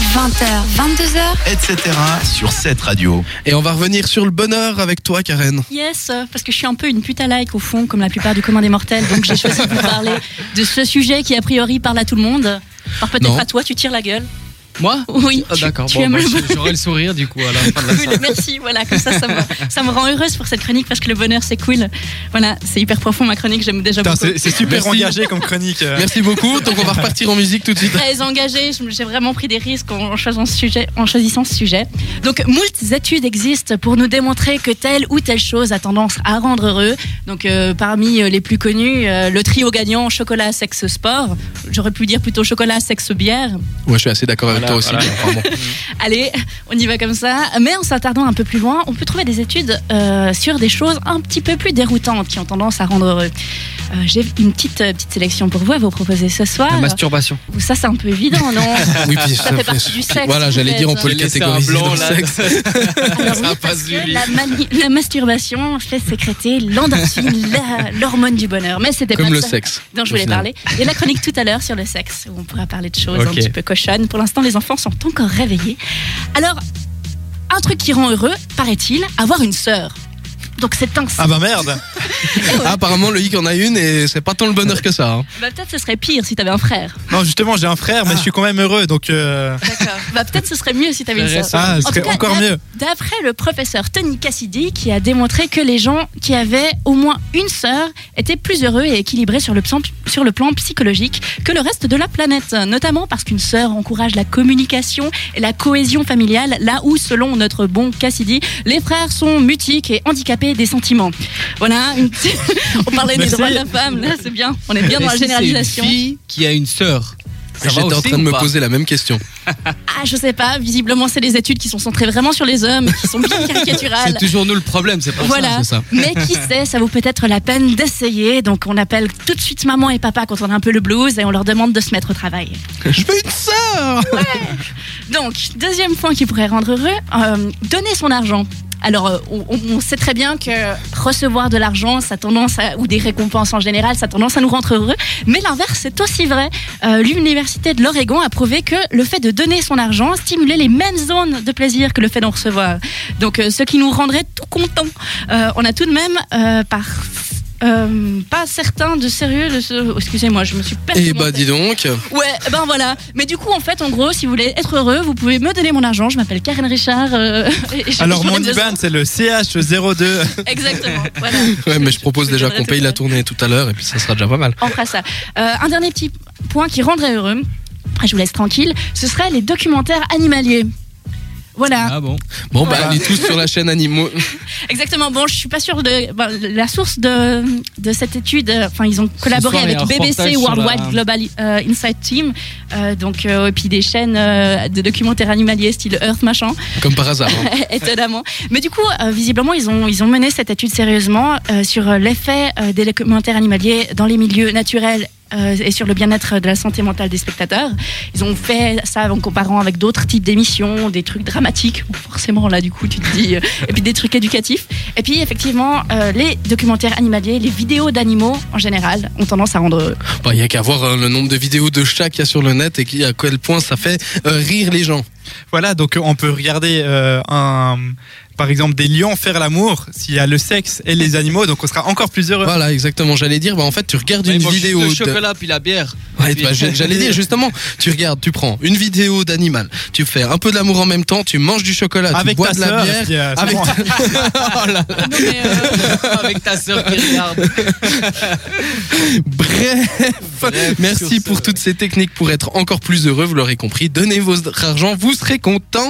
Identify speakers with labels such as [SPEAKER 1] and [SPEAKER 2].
[SPEAKER 1] 20h, 22h.
[SPEAKER 2] etc. sur cette radio.
[SPEAKER 3] Et on va revenir sur le bonheur avec toi, Karen.
[SPEAKER 4] Yes, euh, parce que je suis un peu une pute à like au fond, comme la plupart du commun des mortels. Donc j'ai choisi de vous parler de ce sujet qui a priori parle à tout le monde. Par
[SPEAKER 3] Non.
[SPEAKER 4] peut-être à toi, tu tires la gueule.
[SPEAKER 5] Moi
[SPEAKER 4] Oui.
[SPEAKER 5] Ah,
[SPEAKER 4] tu-
[SPEAKER 5] D'accord,
[SPEAKER 4] tu
[SPEAKER 5] bon,
[SPEAKER 4] aimes
[SPEAKER 5] bah,
[SPEAKER 4] le
[SPEAKER 5] j- j'aurai le sourire du coup à la fin de la
[SPEAKER 4] Cool, merci, voilà, comme ça, ça me, ça me rend heureuse pour cette chronique parce que le bonheur, c'est cool. Voilà, c'est hyper profond ma chronique, j'aime déjà
[SPEAKER 3] Putain,
[SPEAKER 4] beaucoup.
[SPEAKER 3] c'est- c'est super
[SPEAKER 2] Merci.
[SPEAKER 3] engagé.
[SPEAKER 2] comme chronique.
[SPEAKER 3] Merci beaucoup. Donc on va repartir en musique tout de suite.
[SPEAKER 4] Très engagée, je- j'ai vraiment pris des risques en choisissant, ce sujet, en choisissant ce sujet. Donc, moult études existent pour nous démontrer que telle ou telle chose a tendance à rendre heureux. Donc, euh, parmi euh, les plus connus, euh, le trio gagnant chocolat, sexe, sport. J'aurais pu dire plutôt chocolat, sexe, bière.
[SPEAKER 3] Ouais, je suis assez d'accord avec
[SPEAKER 5] Voilà,
[SPEAKER 3] toi aussi.
[SPEAKER 5] voilà.
[SPEAKER 3] mais enfin bon.
[SPEAKER 4] Allez, on y va comme ça. Mais en s'attardant un peu plus loin, on peut trouver des études euh, sur des choses un petit peu plus déroutantes qui ont tendance à rendre heureux. Euh, J'ai une petite, euh, petite sélection pour vous à vous proposer ce soir.
[SPEAKER 5] La masturbation.
[SPEAKER 4] Ça, c'est un peu évident, non
[SPEAKER 3] Oui, puis ça
[SPEAKER 4] fait
[SPEAKER 3] fait-
[SPEAKER 4] partie du sexe,
[SPEAKER 3] Voilà, j'allais dire on peut
[SPEAKER 4] peut-être.
[SPEAKER 3] les catégoriser dans le sexe.
[SPEAKER 4] Alors oui,
[SPEAKER 5] Ça
[SPEAKER 4] parce
[SPEAKER 5] passe du
[SPEAKER 4] que
[SPEAKER 5] lit.
[SPEAKER 4] la, mani- la masturbation fait sécréter l'endorphine, la- l'hormone du bonheur. Mais c'était pas
[SPEAKER 3] Comme
[SPEAKER 4] de
[SPEAKER 3] le
[SPEAKER 4] ça
[SPEAKER 3] sexe.
[SPEAKER 4] dont
[SPEAKER 3] au
[SPEAKER 4] je voulais
[SPEAKER 3] final.
[SPEAKER 4] parler. Il y a la chronique tout à l'heure sur le sexe, où on pourra parler de choses un
[SPEAKER 5] Ok.
[SPEAKER 4] petit peu cochonnes. Pour l'instant, les enfants sont encore réveillés. Alors, un truc qui rend heureux, paraît-il, avoir une sœur. Donc c'est un
[SPEAKER 2] Ah bah merde
[SPEAKER 3] Ah, apparemment, Loïc en a une et c'est pas tant le bonheur que ça. hein.
[SPEAKER 4] Bah, peut-être ce serait pire si t'avais un frère.
[SPEAKER 2] Non justement j'ai un frère
[SPEAKER 4] Ah.
[SPEAKER 2] mais je suis quand même heureux donc euh,
[SPEAKER 4] D'accord. Bah, peut-être ce serait mieux si t'avais une
[SPEAKER 5] Frère et
[SPEAKER 4] sœur.
[SPEAKER 2] ah, ce
[SPEAKER 4] En
[SPEAKER 2] serait
[SPEAKER 4] tout cas,
[SPEAKER 2] encore
[SPEAKER 4] d'a-
[SPEAKER 2] mieux.
[SPEAKER 4] D'après le professeur Tony Cassidy, qui a démontré que les gens qui avaient au moins une sœur étaient plus heureux et équilibrés sur le, psan- sur le plan psychologique que le reste de la planète, notamment parce qu'une sœur encourage la communication et la cohésion familiale, là où, selon notre bon Cassidy, les frères sont mutiques et handicapés des sentiments. Voilà, une petite- on parlait des
[SPEAKER 2] Merci.
[SPEAKER 4] droits de la femme, là c'est bien, on est bien dans
[SPEAKER 5] Et
[SPEAKER 4] la
[SPEAKER 5] si
[SPEAKER 4] généralisation.
[SPEAKER 5] C'est une fille qui a une sœur. Ça va
[SPEAKER 3] J'étais en
[SPEAKER 5] aussi
[SPEAKER 3] train de
[SPEAKER 5] ou
[SPEAKER 3] me
[SPEAKER 5] pas
[SPEAKER 3] poser la même question.
[SPEAKER 4] Ah, je sais pas, visiblement c'est des études qui sont centrées vraiment sur les hommes, qui sont bien caricaturales.
[SPEAKER 5] C'est toujours nous le problème, c'est pour
[SPEAKER 4] Voilà.
[SPEAKER 3] C'est ça.
[SPEAKER 4] Mais qui sait, ça vaut peut-être la peine d'essayer. Donc on appelle tout de suite maman et papa quand on a un peu le blues et on leur demande de se mettre au travail.
[SPEAKER 3] Je veux une sœur
[SPEAKER 4] Donc, deuxième point qui pourrait rendre heureux, euh, donner son argent. Alors, euh, on, on- on sait très bien que recevoir de l'argent, ça tendance à- ou des récompenses en général, ça tendance à nous rendre heureux. Mais l'inverse, c'est aussi vrai. Euh, L'université de l'Oregon a prouvé que le fait de donner son argent stimulait les mêmes zones de plaisir que le fait d'en recevoir. Donc, euh, ce qui nous rendrait tout contents. Euh, on a tout de même, euh, par euh, pas certain de sérieux, de ce- excusez-moi, je me suis perdue.
[SPEAKER 3] Eh
[SPEAKER 4] mon
[SPEAKER 3] bah,
[SPEAKER 4] texte.
[SPEAKER 3] dis donc.
[SPEAKER 4] Ouais, ben voilà. Mais du coup, en fait, en gros, si vous voulez être heureux, vous pouvez me donner mon argent. Je m'appelle Karen Richard. euh, et j'ai
[SPEAKER 2] Alors
[SPEAKER 4] toujours
[SPEAKER 2] mon
[SPEAKER 4] des besoins.
[SPEAKER 2] IBAN c'est le CH02.
[SPEAKER 4] Exactement. Voilà.
[SPEAKER 3] Ouais, mais je propose
[SPEAKER 4] Je
[SPEAKER 3] déjà
[SPEAKER 4] donnerai
[SPEAKER 3] qu'on
[SPEAKER 4] tout
[SPEAKER 3] paye
[SPEAKER 4] ça.
[SPEAKER 3] la tournée tout à l'heure et puis ça sera déjà pas mal.
[SPEAKER 4] On fera ça. Euh, un dernier petit point qui rendrait heureux. après, Je vous laisse tranquille. Ce serait les documentaires animaliers. Voilà.
[SPEAKER 5] Ah bon
[SPEAKER 3] Bon, bah,
[SPEAKER 2] Voilà.
[SPEAKER 3] allez tous sur la chaîne Animaux.
[SPEAKER 4] Exactement. Bon, je suis pas sûre de ben, la source de, de cette étude. euh, Enfin, ils ont collaboré
[SPEAKER 5] soir, il y a
[SPEAKER 4] avec
[SPEAKER 5] un
[SPEAKER 4] BBC
[SPEAKER 5] reportage sur
[SPEAKER 4] World
[SPEAKER 5] la-
[SPEAKER 4] Wide Global euh, Insight Team, Euh, donc euh, et puis des chaînes euh, de documentaires animaliers style Earth machin.
[SPEAKER 3] Comme par hasard. hein.
[SPEAKER 4] Étonnamment. Mais du coup, euh, visiblement, ils ont, ils ont mené cette étude sérieusement euh, sur euh, l'effet euh, des documentaires animaliers dans les milieux naturels euh, et sur le bien-être de la santé mentale des spectateurs. Ils ont fait ça en comparant avec d'autres types d'émissions, des trucs dramatiques, Bon, forcément, là, du coup, tu te dis, euh, et puis des trucs éducatifs. Et puis, effectivement, euh, les documentaires animaliers, les vidéos d'animaux, en général, ont tendance à rendre...
[SPEAKER 3] Bah, il y a qu'à voir hein, le nombre de vidéos de chats qu'il y a sur le net et qui, à quel point ça fait euh, rire les gens.
[SPEAKER 2] Voilà donc on peut regarder euh, un par exemple des lions faire l'amour s'il y a le sexe et les animaux donc on sera encore plus heureux.
[SPEAKER 3] Voilà, exactement. J'allais dire, bah, en fait, tu regardes
[SPEAKER 5] Ouais,
[SPEAKER 3] une
[SPEAKER 5] il mange
[SPEAKER 3] vidéo.
[SPEAKER 5] juste
[SPEAKER 3] de-
[SPEAKER 5] Le chocolat puis la bière.
[SPEAKER 3] Ouais,
[SPEAKER 5] Et puis-
[SPEAKER 3] bah, j'ai- J'allais dire, justement, tu regardes, tu prends une vidéo d'animal, tu fais un peu de l'amour en même temps, tu manges du chocolat, tu
[SPEAKER 2] Avec
[SPEAKER 3] bois
[SPEAKER 2] ta
[SPEAKER 3] de la
[SPEAKER 2] sœur. et
[SPEAKER 3] bière.
[SPEAKER 2] puis, euh, c'est
[SPEAKER 3] Avec
[SPEAKER 2] bon.
[SPEAKER 5] avec ta sœur qui regarde.
[SPEAKER 3] Bref,
[SPEAKER 5] Bref,
[SPEAKER 3] merci
[SPEAKER 5] sur ce,
[SPEAKER 3] pour toutes ces techniques pour être encore plus heureux. Vous l'aurez compris, donnez votre argent, vous serez content.